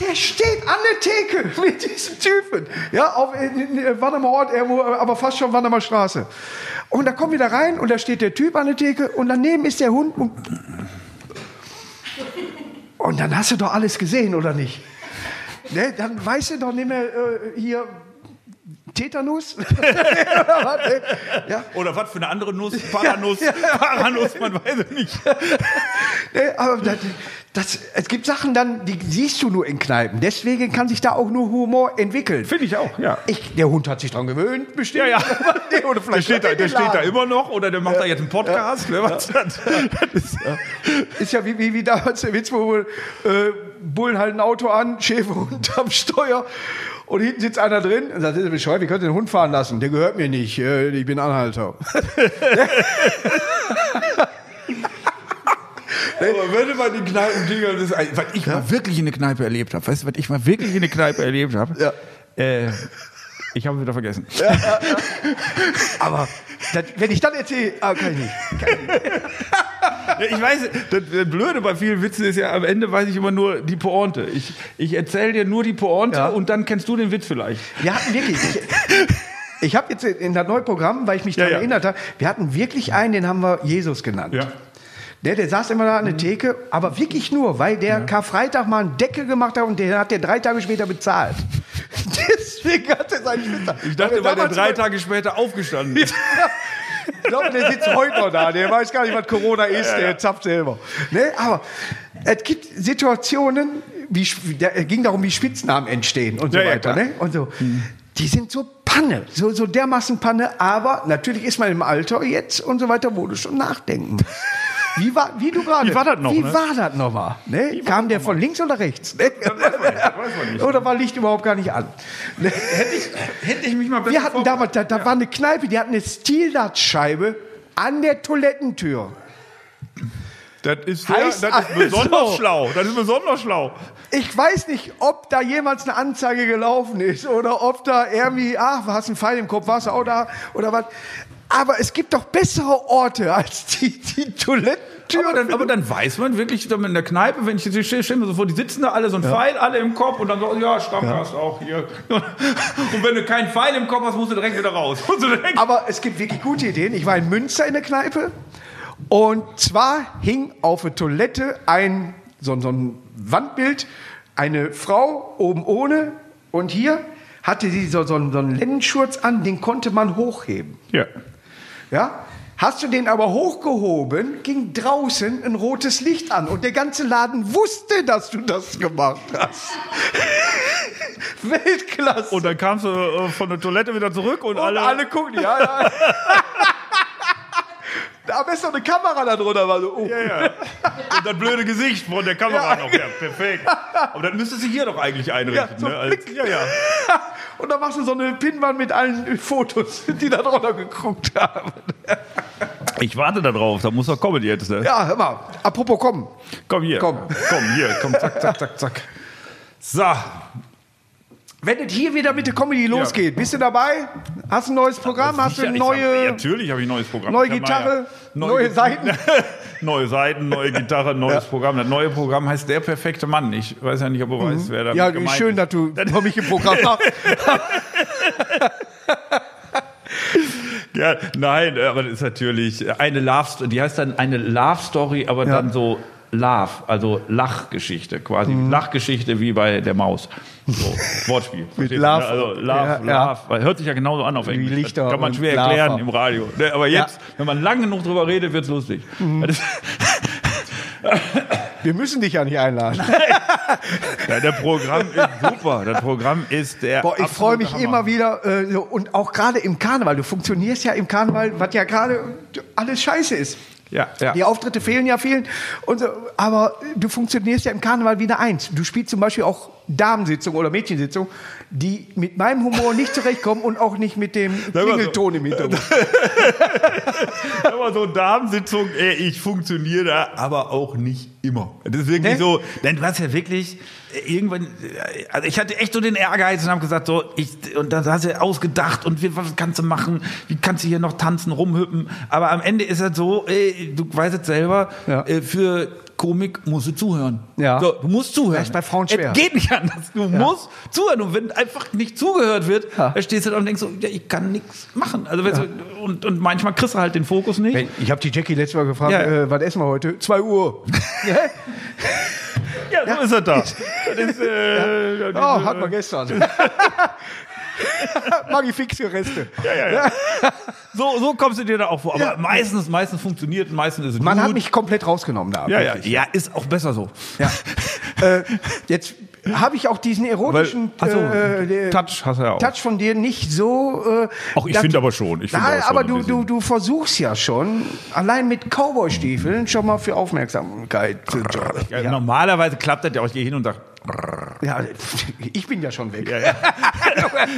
Der steht an der Theke mit diesem Typen. Ja, auf in, in, in Wannemer Ort, irgendwo, aber fast schon Wannemer Straße. Und da kommen wir da rein und da steht der Typ an der Theke und daneben ist der Hund. Und, und dann hast du doch alles gesehen, oder nicht? Ne, dann weißt du doch nicht mehr äh, hier Tetanus? Oder was, ey? ja. Oder was für eine andere Nuss? Paranuss, Paranuss, man weiß es nicht. Nee, ne, aber das, das, es gibt Sachen dann, die siehst du nur in Kneipen. Deswegen kann sich da auch nur Humor entwickeln. Finde ich auch, ja. Ich, der Hund hat sich dran gewöhnt, bestimmt. Ja, ja. Nee, oder Der vielleicht steht, da, der hat er den steht da Laden. immer noch oder der macht da jetzt einen Podcast. Wer weiß das? Das ist, Ist ja wie, wie, wie damals der Witz, wo äh, Bullen halten ein Auto an, Schäferhund am Steuer und hinten sitzt einer drin und sagt, das ist bescheuert, wie könnt ihr den Hund fahren lassen? Der gehört mir nicht, äh, ich bin Anhalter. Aber wenn du mal die Kneipen Dinger, das ist, ein- was ich mal wirklich in der Kneipe erlebt habe, weißt du, was ich mal wirklich in der Kneipe erlebt habe? Ja. Äh, ich habe es wieder vergessen. Aber das, wenn ich das erzähle, ah, kann ich nicht. Ich weiß, das, das Blöde bei vielen Witzen ist ja, am Ende weiß ich immer nur die Pointe. Ich, ich erzähle dir nur die Pointe Ja. und dann kennst du den Witz vielleicht. Wir hatten wirklich. Ich, ich habe jetzt in das neue Programm, weil ich mich daran ja. erinnert habe, wir hatten wirklich einen, den haben wir Jesus genannt. Der, der saß immer da an der Mhm. Theke, aber wirklich nur, weil der Karfreitag mal einen Deckel gemacht hat und den hat der drei Tage später bezahlt. Deswegen hat er seinen Schwitzer. Ich dachte, weil der drei Tage später aufgestanden ist. Ich glaube, der sitzt heute noch da. Der weiß gar nicht, was Corona ist. Der zapft selber. Ne? Aber es gibt Situationen, wie, sch- da es ging darum, wie Spitznamen entstehen und so Ja, ja, weiter. klar. Mhm. ne? und so. Die sind so Panne, so, so dermaßen Panne. Aber natürlich ist man im Alter jetzt und so weiter, wo du schon nachdenken musst. Wie, war, wie du gerade. Wie war das noch, Wie ne? war das nochmal? Ne? Kam der von links oder rechts? Ne? Oder war Licht überhaupt gar nicht an? Ne? Hätte ich mich mal besser Wir hatten damals, da, da war eine Kneipe, die hatten eine Stillatscheibe an der Toilettentür. Das ist, Heißt das ist also- besonders schlau. Das ist besonders schlau. Ich weiß nicht, ob da jemals eine Anzeige gelaufen ist oder ob da irgendwie, ach, hast einen Pfeil im Kopf, warst du auch da oder was. Aber es gibt doch bessere Orte als die, die Toilettentür. Aber dann, aber dann weiß man wirklich, wenn man in der Kneipe, wenn ich jetzt hier stehe, stell mir so vor, die sitzen da alle so ein Pfeil, alle im Kopf und dann so, ja, Stammgast auch hier. Und wenn du keinen Pfeil im Kopf hast, musst du direkt wieder raus. Musst du direkt Aber es gibt wirklich gute Ideen. Ich war in Münster in der Kneipe und zwar hing auf der Toilette ein so, ein- so ein Wandbild, eine Frau oben ohne und hier hatte sie so, so, einen- so einen Lendenschurz an, den konnte man hochheben. ja. Ja? Hast du den aber hochgehoben, ging draußen ein rotes Licht an und der ganze Laden wusste, dass du das gemacht hast. Weltklasse. Und dann kamst du äh, von der Toilette wieder zurück und, Und alle, alle, gucken, ja, ja. Am besten noch eine Kamera da drunter war so, oh. und das blöde Gesicht von der Kamera Ja. noch. Ja, perfekt. Aber dann müsste sie hier doch eigentlich einrichten. Ja, so ne? Blick. ja, ja. Und dann machst du so eine Pinnwand mit allen Fotos, die da drunter geguckt haben. Ich warte da drauf, da muss doch kommen jetzt. Ne? Ja, hör mal, apropos kommen. Komm hier. Komm. komm hier, komm, zack, zack, zack, zack. So, Wenn es hier wieder mit der Comedy losgeht, bist du dabei? Hast du ein neues Programm? Hast du Sicher, eine Also ich Hab, ja, neue... natürlich habe ich ein neues Programm. neue Ich hab mal Gitarre, neue Git- Seiten. neue Seiten, neue Gitarre, neues Programm. Das neue Programm heißt Der perfekte Mann. Ich weiß ja nicht, ob du weißt, wer da Mhm. Ja, gemeint schön, ist. dass du noch mich im Programm hast. Ja, nein, aber das ist natürlich eine Love Story. Die heißt dann eine Love Story, aber dann so Love, also Lachgeschichte quasi. Mhm. Lachgeschichte wie bei der Maus. So, Wortspiel. Verstehst du, ne? Love. Also Love, Ja, Love. ja. Weil Hört sich ja genauso an auf Englisch. Das Lichter Kann man und schwer Lava. erklären im Radio. Ne, Aber jetzt, wenn man lang genug drüber redet, wird's lustig. Mhm. Das ist- Wir müssen dich ja nicht einladen. Ja, der Programm ist super. Das Programm ist der. Boah, ich absolute freue mich Hammer. immer wieder äh, so, und auch gerade im Karneval. Du funktionierst ja im Karneval, was ja gerade alles scheiße ist. Ja, ja. Die Auftritte fehlen ja vielen. Und so, aber du funktionierst ja im Karneval wie eine Eins. Du spielst zum Beispiel auch Damensitzungen oder Mädchensitzungen, die mit meinem Humor nicht zurechtkommen und auch nicht mit dem mal so. Klingelton im Hintergrund. Aber so Damensitzung, ey, ich funktioniere da, aber auch nicht immer. Das ist wirklich Ne? so, denn du hast ja wirklich äh, irgendwann, äh, also ich hatte echt so den Ehrgeiz und habe gesagt, so, ich, und dann hast du ja ausgedacht und wie, was kannst du machen, wie kannst du hier noch tanzen, rumhüppen, aber am Ende ist das so, ey, du weißt es selber, Ja. äh, für Komik musst du zuhören. Ja. So, du musst zuhören. Das ist bei Frauen schwer. Es geht nicht anders. Du musst zuhören. Und wenn einfach nicht zugehört wird, Ja. da stehst du da und denkst so, ja, ich kann nichts machen. Also, weißt du, und, und manchmal kriegst du halt den Fokus nicht. Hey, Ich habe die Jackie letztes Mal gefragt, Ja. äh, was essen wir heute? 2 Uhr. ja? Ja, so ist er da. Das ist, äh, Oh, hat man gestern. Magnifixe Reste. Oh. So, so kommst du dir da auch vor. Aber meistens, meistens funktioniert, meistens ist es Man gut. hat mich komplett rausgenommen da. ja, ja, ja, ist auch besser so. Ja. äh, jetzt habe ich auch diesen erotischen Weil- ach so, äh, äh, Touch hast du ja auch. Touch von dir nicht so. Äh, Ach, ich dass- finde aber schon, ich finde Nein, aber schon aber ein du, du, bisschen. du versuchst ja schon, allein mit Cowboy-Stiefeln schon mal für Aufmerksamkeit zu sorgen. Ja, Normalerweise klappt das ja auch. Ich gehe hin und sage, Genau. Ja, ich bin ja schon weg.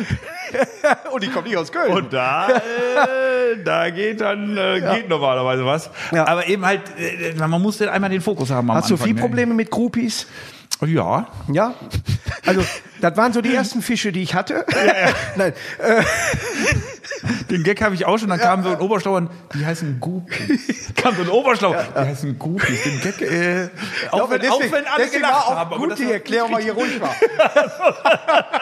Und ich komme nicht aus Köln. und da, äh, da geht dann äh, geht normalerweise was. Ja. Aber eben halt, äh, man muss dann einmal den Fokus haben. Am Hast du Anfang, viel ne? Probleme mit Groupies? Ja. Ja. Also, das waren so die ersten Fische, die ich hatte. Nein, Den Gag habe ich auch schon. Dann kam so ein Oberstauern, die heißen Guppies. kam so ein Oberstauern, die heißen Guppies. Den Gag, äh, auch, Ja, aber wenn, auch wenn alle deswegen war gelacht auch haben. aber Gut, das die war- Erklärung mal hier ruhig war.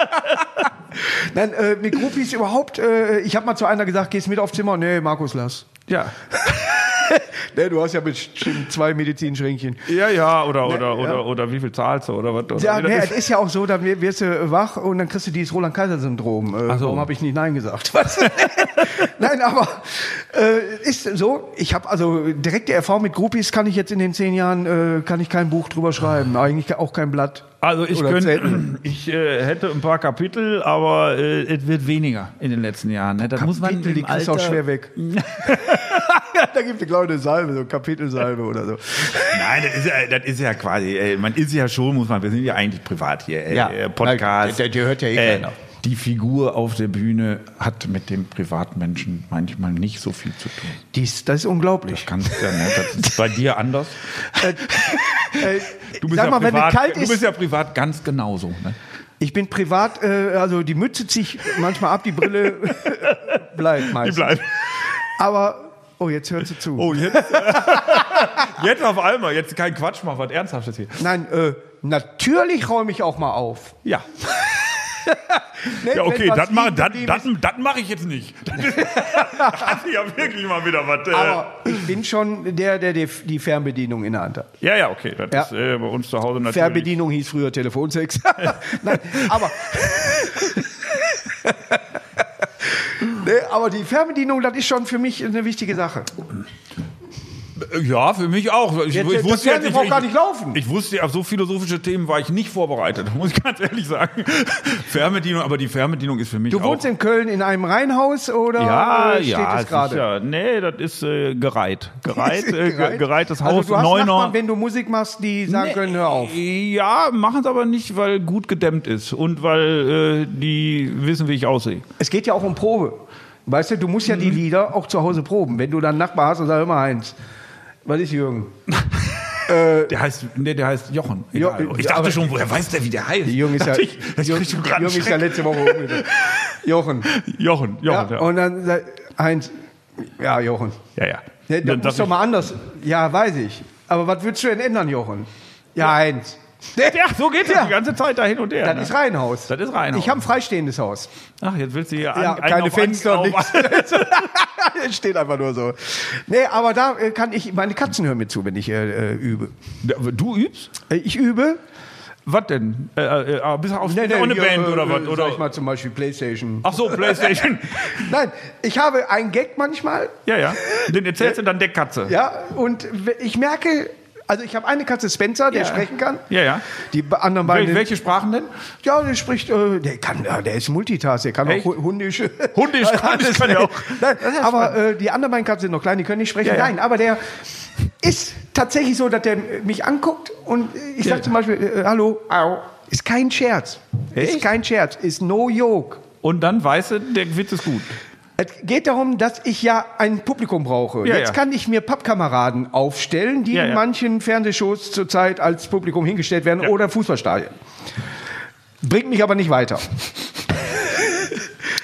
Nein, äh, mit Groupies überhaupt, äh, ich habe mal zu einer gesagt, gehst mit aufs Zimmer? Nee, Markus, lass. ja. Nee, du hast ja bestimmt zwei Medizinschränkchen. ja, ja, oder, oder, ja. Oder, oder wie viel zahlst du oder was? Oder Ja, wie das nee, es ist. ist ja auch so, dann wir- wirst du wach und dann kriegst du dieses Roland-Kaiser-Syndrom. Äh, Ach so. Warum habe ich nicht Nein gesagt? Was? Nein, aber äh, ist so, ich habe also direkte Erfahrung mit Groupies, kann ich jetzt in den zehn Jahren, äh, kann ich kein Buch drüber schreiben, eigentlich auch kein Blatt. Also ich, Oder könnt, Zettel. ich äh, hätte ein paar Kapitel, aber äh, es wird weniger in den letzten Jahren. Ne? Das muss man Kapitel, die im kriegst Alter, du auch schwer weg. da gibt es, glaube ich, eine Salbe, so Kapitelsalbe oder so. Nein, das ist, ja, das ist ja quasi, äh, man ist ja schon, muss man, wir sind ja eigentlich privat hier, äh, Ja. äh, Nein, Podcast. der- der hört ja eh keiner. Äh, Die Figur auf der Bühne hat mit dem Privatmenschen manchmal nicht so viel zu tun. Dies, das ist unglaublich. Das kannst du ja, ne? Das ist bei dir anders. Äh, Du bist, Sag ja, mal, wenn privat, es kalt du ist, bist ja privat ganz genauso. Ne? ich bin privat, äh, also die Mütze ziehe ich manchmal ab, die Brille bleibt meistens. bleibt. Aber, oh, jetzt hört sie zu. Also Oh, jetzt, jetzt auf einmal, jetzt kein Quatsch machen, was Ernsthaftes hier. Nein, äh, natürlich räume ich auch mal auf. Ja. Ne, Ja, okay, wenn was das mache liegen das, geblieben das, ist. das mach ich jetzt nicht. Das hat sich ja wirklich mal wieder was. Äh, Aber ich bin schon der, der die, die Fernbedienung in der Hand hat. ja, ja, okay. Das Ja. ist äh, bei uns zu Hause natürlich. Fernbedienung hieß früher Telefonsex. Nein, aber. Nee, aber die Fernbedienung, das ist schon für mich eine wichtige Sache. Ja, für mich auch. Ich, Jetzt- ich das wusste jetzt Fernsehen braucht gar nicht laufen. Ich wusste, auf so philosophische Themen war ich nicht vorbereitet, muss ich ganz ehrlich sagen. Fernbedienung, aber die Fernbedienung ist für mich Du auch. wohnst in Köln in einem Reihenhaus oder ja, äh, steht ja, es gerade? sicher. Nee, das ist äh, gereiht. Gereiht, äh, ge- Gereiht? gereihtes also Haus, du hast Nachbarn, Neuner. wenn du Musik machst, die sagen Nee, können, hör auf. Ja, machen es aber nicht, weil gut gedämmt ist und weil äh, die wissen, wie ich aussehe. Es geht ja auch um Probe. Weißt du, du musst ja Mhm. die Lieder auch zu Hause proben. Wenn du dann einen Nachbar hast und sagst, immer Heinz, was ist Jürgen? Der heißt, nee, der heißt Jochen. Äh, Jo- Egal. ich ja, dachte aber- schon, woher weiß der, wie der heißt? Jürgen ist ja, Dachte ich, das Jürgen, kriegst du grad Jürgen ist ja Schreck. letzte Woche umgedreht. Jochen. Jochen, Ja, Jochen, ja. Und dann sagt Heinz, ja, Jochen. ja, ja. Ne, Dann das muss sag doch ich- mal anders. Ja, weiß ich. Aber was würdest du denn ändern, Jochen? Ja, Heinz. Ja, so geht das Ja. die ganze Zeit dahin und her. Das ne? ist Reihenhaus. Das ist Reihenhaus. Ich habe ein freistehendes Haus. Ach, jetzt willst du hier Ja, einen keine auf- Fenster, auf- nichts. Es Steht einfach nur so. Nee, aber da äh, kann ich, meine Katzen hören mir zu, wenn ich äh, äh, übe. Du übst? Äh, Ich übe. Was denn? Äh, äh, äh, bist du auf Nee, nee, ohne hier, Band äh, oder äh, was? Sag ich Oder? mal zum Beispiel Playstation. Ach so, Playstation. Nein, ich habe einen Gag manchmal, ja, ja. Den erzählst du dann der Katze. ja, und we- ich merke, also ich habe eine Katze, Spencer, der Ja. sprechen kann. Ja, ja. Die be- anderen Wel beiden, welche Sprachen denn? ja, der spricht, äh, der kann, ja, der ist Multitask, der kann Echt? auch hu- hundisch. Hundisch kann, das kann ja auch. Nein, aber äh, die anderen beiden Katzen sind noch klein, die können nicht sprechen. Ja, ja. Nein, aber der ist tatsächlich so, dass der mich anguckt und ich sage Ja. zum Beispiel, äh, hallo, au. Ist kein Scherz. Echt? Ist kein Scherz. Ist no joke. Und dann weißt du, der Witz ist gut. Es geht darum, dass ich ja ein Publikum brauche. Ja, Jetzt ja. kann ich mir Pappkameraden aufstellen, die Ja, ja. in manchen Fernsehshows zurzeit als Publikum hingestellt werden oder Fußballstadien. Bringt mich aber nicht weiter.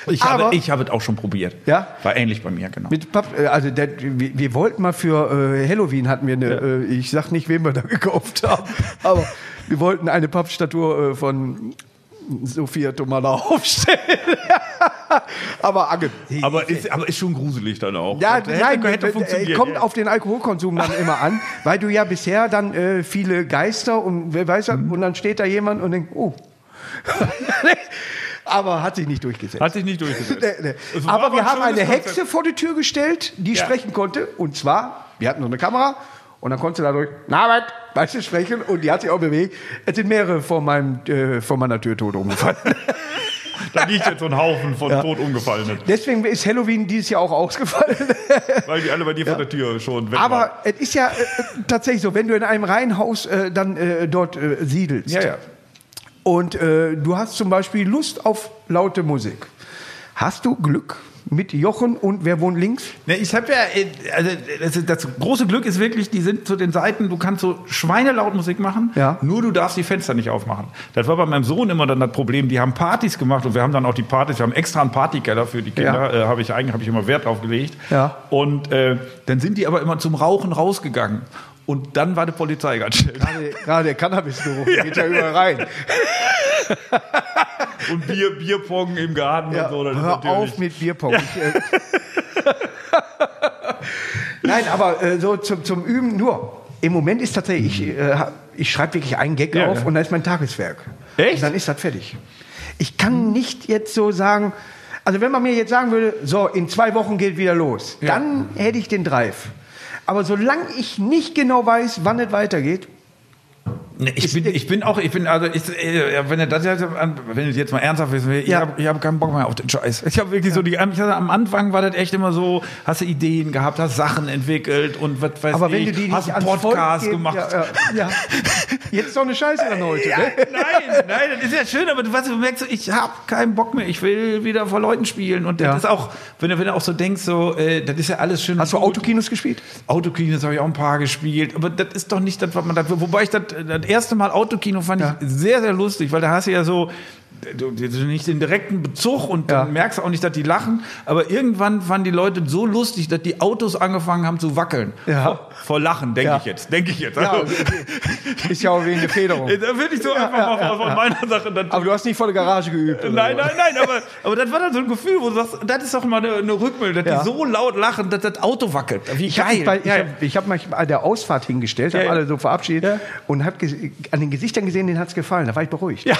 Ich Aber- habe, ich habe es auch schon probiert. Ja? War ähnlich bei mir, genau. Mit Papp, äh, also der, wir, wir wollten mal für äh, Halloween hatten wir eine, äh, ich sag nicht, wen wir da gekauft haben, aber wir wollten eine Pappstatue äh, von Sophia Tomala aufstellen. aber Ange, Aber ist, aber ist schon gruselig dann auch. Ja, hätte, nein, hätte äh, funktioniert. kommt ja. auf den Alkoholkonsum dann immer an, weil du ja bisher dann äh, Mhm. viele Geister und wer weiß was, und dann steht da jemand und denkt, oh. aber hat sich nicht durchgesetzt. Hat sich nicht durchgesetzt. Nee, nee. Es war Aber wir ein haben eine schönes Hexe Konzept. vor die Tür gestellt, die Ja. sprechen konnte. Und zwar, wir hatten so eine Kamera und dann konnte sie dadurch, Nabat, weißt du, sprechen. Und die hat sich auch bewegt. Es sind mehrere vor, meinem, äh, vor meiner Tür tot umgefallen. Da liegt jetzt so ein Haufen von tot umgefallenen, Deswegen ist Halloween dieses Jahr auch ausgefallen. weil die alle bei dir vor der Tür schon weg waren. Aber es ist ja äh, tatsächlich so, wenn du in einem Reihenhaus äh, dann äh, dort äh, siedelst. Ja, ja. Und äh, du hast zum Beispiel Lust auf laute Musik. Hast du Glück mit Jochen und wer wohnt links? Ne, ich habe ja, äh, also das, ist- das große Glück ist wirklich, die sind zu den Seiten, du kannst so schweinelaut Musik machen, Ja. nur du darfst die Fenster nicht aufmachen. Das war bei meinem Sohn immer dann das Problem, die haben Partys gemacht und wir haben dann auch die Partys, wir haben extra einen Partykeller für die Kinder, äh, habe ich eigentlich hab ich immer Wert drauf gelegt. Ja. Und äh, dann sind die aber immer zum Rauchen rausgegangen. Und dann war die Polizei ganz schnell. Gerade- Gerade der Cannabisgeruch ja. geht ja überall rein. Und Bier, Bierpong im Garten Ja, und so. das ist hör natürlich- auf mit Bierpong. Ich, äh, Nein, aber äh, so zum, zum Üben nur. Im Moment ist tatsächlich, ich, äh, hab- ich schreibe wirklich einen Gag Ja, auf ja. und dann ist mein Tageswerk. Echt? Und dann ist das fertig. Ich kann nicht jetzt so sagen, also wenn man mir jetzt sagen würde, so in zwei Wochen geht wieder los, dann hätte ich den Drive. Aber solange ich nicht genau weiß, wann es weitergeht, Nee, ich, bin, ich bin auch, ich bin, also, ich, äh, wenn du das jetzt, an- wenn du jetzt mal ernsthaft wissen willst, Ja. ich habe ich hab keinen Bock mehr auf den Scheiß. Ich habe wirklich so, die, ich hatte, am Anfang war das echt immer so, hast du Ideen gehabt, hast Sachen entwickelt und was weiß aber wenn ich, du die hast nicht einen ans Volk Podcast geben- gemacht. Ja, ja, ja. Jetzt ist doch eine Scheiße dann heute. Ja, ne? nein, nein, das ist ja schön, aber du, weißt, du merkst, so, ich habe keinen Bock mehr, ich will wieder vor Leuten spielen und das ist auch, wenn du, wenn du auch so denkst, so, äh, das ist ja alles schön. Hast du und gut. Autokinos gespielt? Autokinos habe ich auch ein paar gespielt, aber das ist doch nicht das, was man da. Wobei ich das, äh, das erste Mal Autokino fand Ja. ich sehr, sehr lustig, weil da hast du ja so. Du, du hast nicht den direkten Bezug und Ja. dann merkst du auch nicht, dass die lachen. Aber irgendwann fanden die Leute so lustig, dass die Autos angefangen haben zu wackeln. Ja. Vor, vor Lachen, denke Ja. ich jetzt. Denke ich jetzt. Ja, Also, Ist ja auch wegen der Federung. da würde ich so einfach mal von- von meiner Sache dann Aber du hast nicht vor der Garage geübt. oder? Nein, nein, nein, aber, aber das war dann so ein Gefühl, wo du sagst, das ist doch mal eine, eine Rückmeldung, dass Ja. die so laut lachen, dass das Auto wackelt. Wie Ich habe mich, bei- ich Ja, ja. hab, ich hab mich bei der Ausfahrt hingestellt, habe Ja, ja. alle so verabschiedet Ja. und habe an den Gesichtern gesehen, denen hat es gefallen. Da war ich beruhigt. Ja.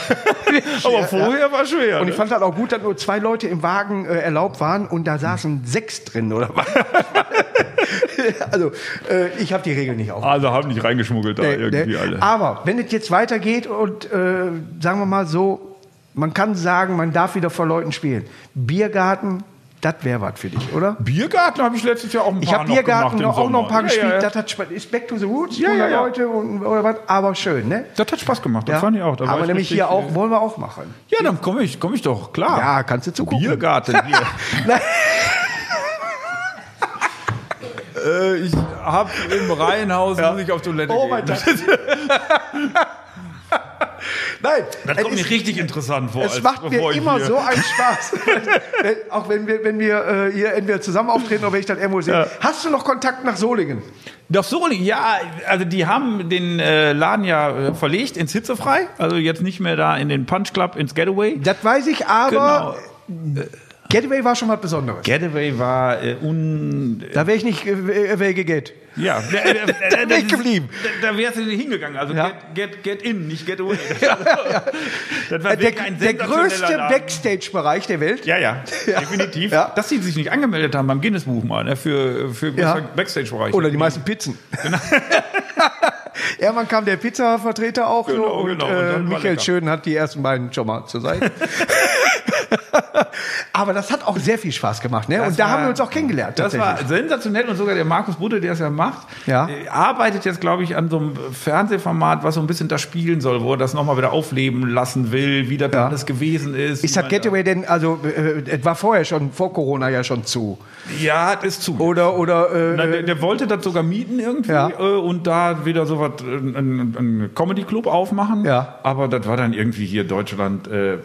Aber vorher war schwer. Und ich ne? fand halt auch gut, dass nur zwei Leute im Wagen äh, erlaubt waren und da saßen sechs drin oder was. also, äh, ich habe die Regeln nicht auf. also haben nicht reingeschmuggelt da Nee, Ah. irgendwie nee. alle. Aber wenn es jetzt weitergeht und äh, sagen wir mal so, man kann sagen, man darf wieder vor Leuten spielen. Biergarten, das wäre was für dich, oder? Biergarten habe ich letztes Jahr auch ein Ich habe Biergarten noch, auch noch ein paar ja, gespielt. Ja, ja. Das hat Spaß. Ist back to the roots, Ja, 100 ja, ja. Leute und, oder was, aber schön, ne? Das hat Spaß gemacht, das Ja. fand ich auch. Da war aber ich nämlich richtig, hier auch, äh, wollen wir auch machen. Ja, dann komme ich, komm ich doch, klar. Ja, kannst du zugucken. Biergarten hier. äh, ich habe im Reihenhaus, muss ich auf Toilette Oh gehen. mein Gott. Nein, Das es kommt ist- mir richtig interessant vor. Es als macht mir bevor ich immer hier- so einen Spaß. Wenn- auch wenn wir, wenn wir äh, hier entweder zusammen auftreten oder wenn ich dann irgendwo sehe. Ja. Hast du noch Kontakt nach Solingen? Doch so, ja, also die haben den äh, Laden ja äh, verlegt ins Hitzefrei, also jetzt nicht mehr da in den Punch Club ins Getaway. Genau. Das weiß ich, aber Getaway war schon was Besonderes. Getaway war äh, un da wäre ich nicht äh, wege geht. ja äh, da, da, da, Weg geblieben. Da, da wärst du nicht hingegangen, also Ja. get, get get in, nicht get away. Das war Äh, Der, wirklich ein der größte sensationeller Laden. Backstage-Bereich der Welt. Ja, ja, definitiv. Ja. Dass sie sich nicht angemeldet haben beim Guinness Buch mal, ne, für für Ja. größer Backstage-Bereich. Oder die meisten Pizzen. Genau. Irgendwann kam der Pizza-Vertreter auch so Genau, und, genau. Und äh, dann war Michael lecker. Schön hat die ersten beiden schon mal zur Seite. Aber das hat auch sehr viel Spaß gemacht, ne? und da war- haben wir uns auch kennengelernt. Das tatsächlich. war also sensationell und sogar der Markus Budde, der es ja macht, Ja. äh, arbeitet jetzt, glaube ich, an so einem Fernsehformat, was so ein bisschen das spielen soll, wo er das nochmal wieder aufleben lassen will, wie das Ja. alles gewesen ist. Ist das Wie man- Getaway denn, also äh, es war vorher schon, vor Corona ja schon zu. Ja, das ist zu. Oder, oder, Na, äh, der, der wollte das sogar mieten irgendwie Oh. Ja. äh, und da wieder so was, äh, einen einen Comedy-Club aufmachen. Ja. Aber das war dann irgendwie hier Deutschland. Äh, äh,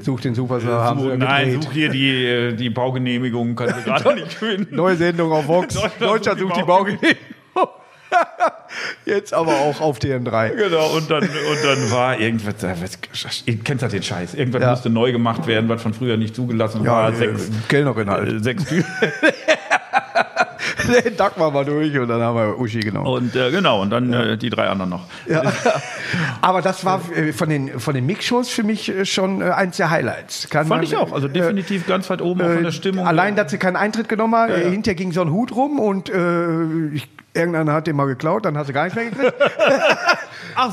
such den Superstar, haben sie such, nein, gedreht. such hier die, äh, die Baugenehmigung, kannst du gerade nicht finden. Neue Sendung auf Vox. Deutschland Deutschland sucht sucht die die Baugenehmigung. Jetzt aber auch auf TM3. Genau, und dann, und dann war irgendwas, äh, was, ihr kennt ja den Scheiß, irgendwas Ja. äh, musste neu gemacht werden, halt. was von früher nicht zugelassen war. Kellnerin äh, sechs Türen. nee, Dagmar war durch und dann haben wir Uschi genommen. Und äh, genau, und dann äh, die drei anderen noch. Ja. Aber das war äh, von den, von den Mix-Shows für mich äh, schon äh, eins der Highlights. Kann Fand man- ich auch. Also definitiv ganz weit oben auch von der Stimmung. Äh, Allein, dass sie keinen Eintritt genommen hat, äh, hinterher ging so ein Hut rum und äh, ich, irgendeiner hat den mal geklaut, dann hat sie gar nicht mehr gekriegt. Ach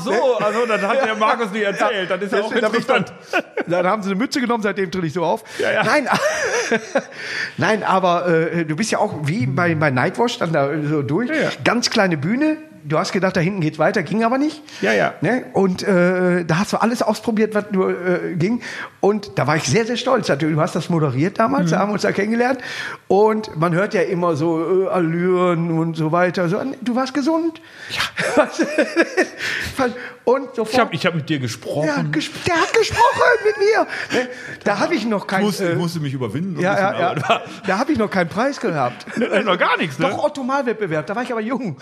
so, also das hat der Markus nicht erzählt. Das ist ja auch Deswegen hab ich dann, interessant. dann haben sie eine Mütze genommen, seitdem tritt ich so auf. Ja, ja. Nein, nein, aber äh, du bist ja auch wie bei, bei Nightwatch dann da so durch. ja. Ganz kleine Bühne. Du hast gedacht, da hinten geht weiter, ging aber nicht. Ja, ja. Ne? Und äh, da hast du alles ausprobiert, was nur äh, ging. Und da war ich sehr, sehr stolz. Du hast das moderiert Mhm. damals, da haben wir uns da kennengelernt. Und man hört ja immer so äh, Allüren und so weiter. So, du warst gesund. Ja. und sofort. Ich habe ich hab mit dir gesprochen. Der hat, ges der hat gesprochen mit mir. Ne? Da habe ich noch Ich keinen. musste, äh, ich musste mich überwinden. und ja, ja, bisschen, ja. Da habe ich noch keinen Preis gehabt. aber- Noch gar nichts, ne? Doch Otto-Mal-Wettbewerb, da war ich aber jung.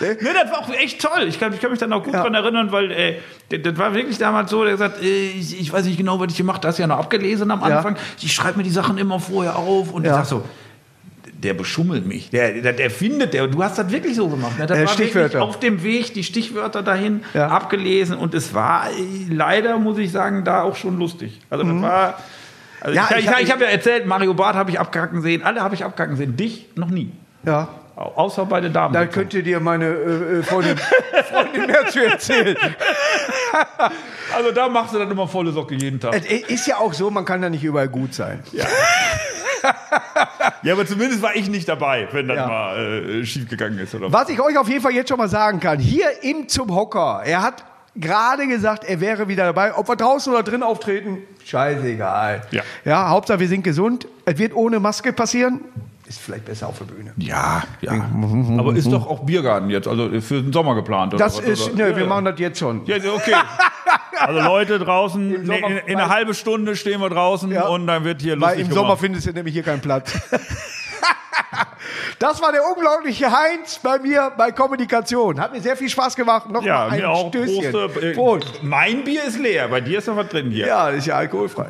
Ne, das war auch echt toll. Ich kann, ich kann mich dann auch gut Ja. dran erinnern, weil äh, das, das war wirklich damals so, der gesagt, äh, ich, ich weiß nicht genau, was ich gemacht habe, hast ja noch abgelesen am Ja. Anfang. Ich schreibe mir die Sachen immer vorher auf und Ja. ich sag so, der beschummelt mich. Der, der, der findet, der, du hast das wirklich so gemacht. Ne? Das Äh, war wirklich Stichwörter. auf dem Weg, die Stichwörter dahin Ja. abgelesen und es war äh, leider, muss ich sagen, da auch schon lustig. Also das war. Mhm. Also Ja, ich ich ich, hab- ich, habe ja erzählt, Mario Barth habe ich abkacken sehen, alle habe ich abkacken sehen, dich noch nie. Ja. Au- Außer bei den Damen. Da könnt ihr dir meine äh, äh, Freundin, Freundin mehr zu erzählen. Also da machst du dann immer volle Socke jeden Tag. Es ist ja auch so, man kann da nicht überall gut sein. Ja, aber zumindest war ich nicht dabei, wenn das Ja. mal äh, schiefgegangen ist oder was. Was ich euch auf jeden Fall jetzt schon mal sagen kann, hier im Zum Hocker, er hat gerade gesagt, er wäre wieder dabei. Ob wir draußen oder drin auftreten, scheißegal. Ja. ja, Hauptsache wir sind gesund. Es wird ohne Maske passieren. Ist vielleicht besser auf der Bühne. Ja, ja. Hm. Aber ist doch auch Biergarten jetzt, also für den Sommer geplant, oder? Das was, ist, oder? ne, wir machen das jetzt schon. Ja, ja, okay. Also Leute draußen, ne, Sommer- in, in einer halben Stunde stehen wir draußen Ja. und dann wird hier Weil lustig im gemacht. Sommer findest du nämlich hier keinen Platz. Das war der unglaubliche Heinz bei mir bei Kommunikation. Hat mir sehr viel Spaß gemacht. Noch ja, mal ein mir auch Stößchen. Prost, äh, Prost. Mein Bier ist leer, bei dir ist noch was drin hier. Ja, ist ja alkoholfrei.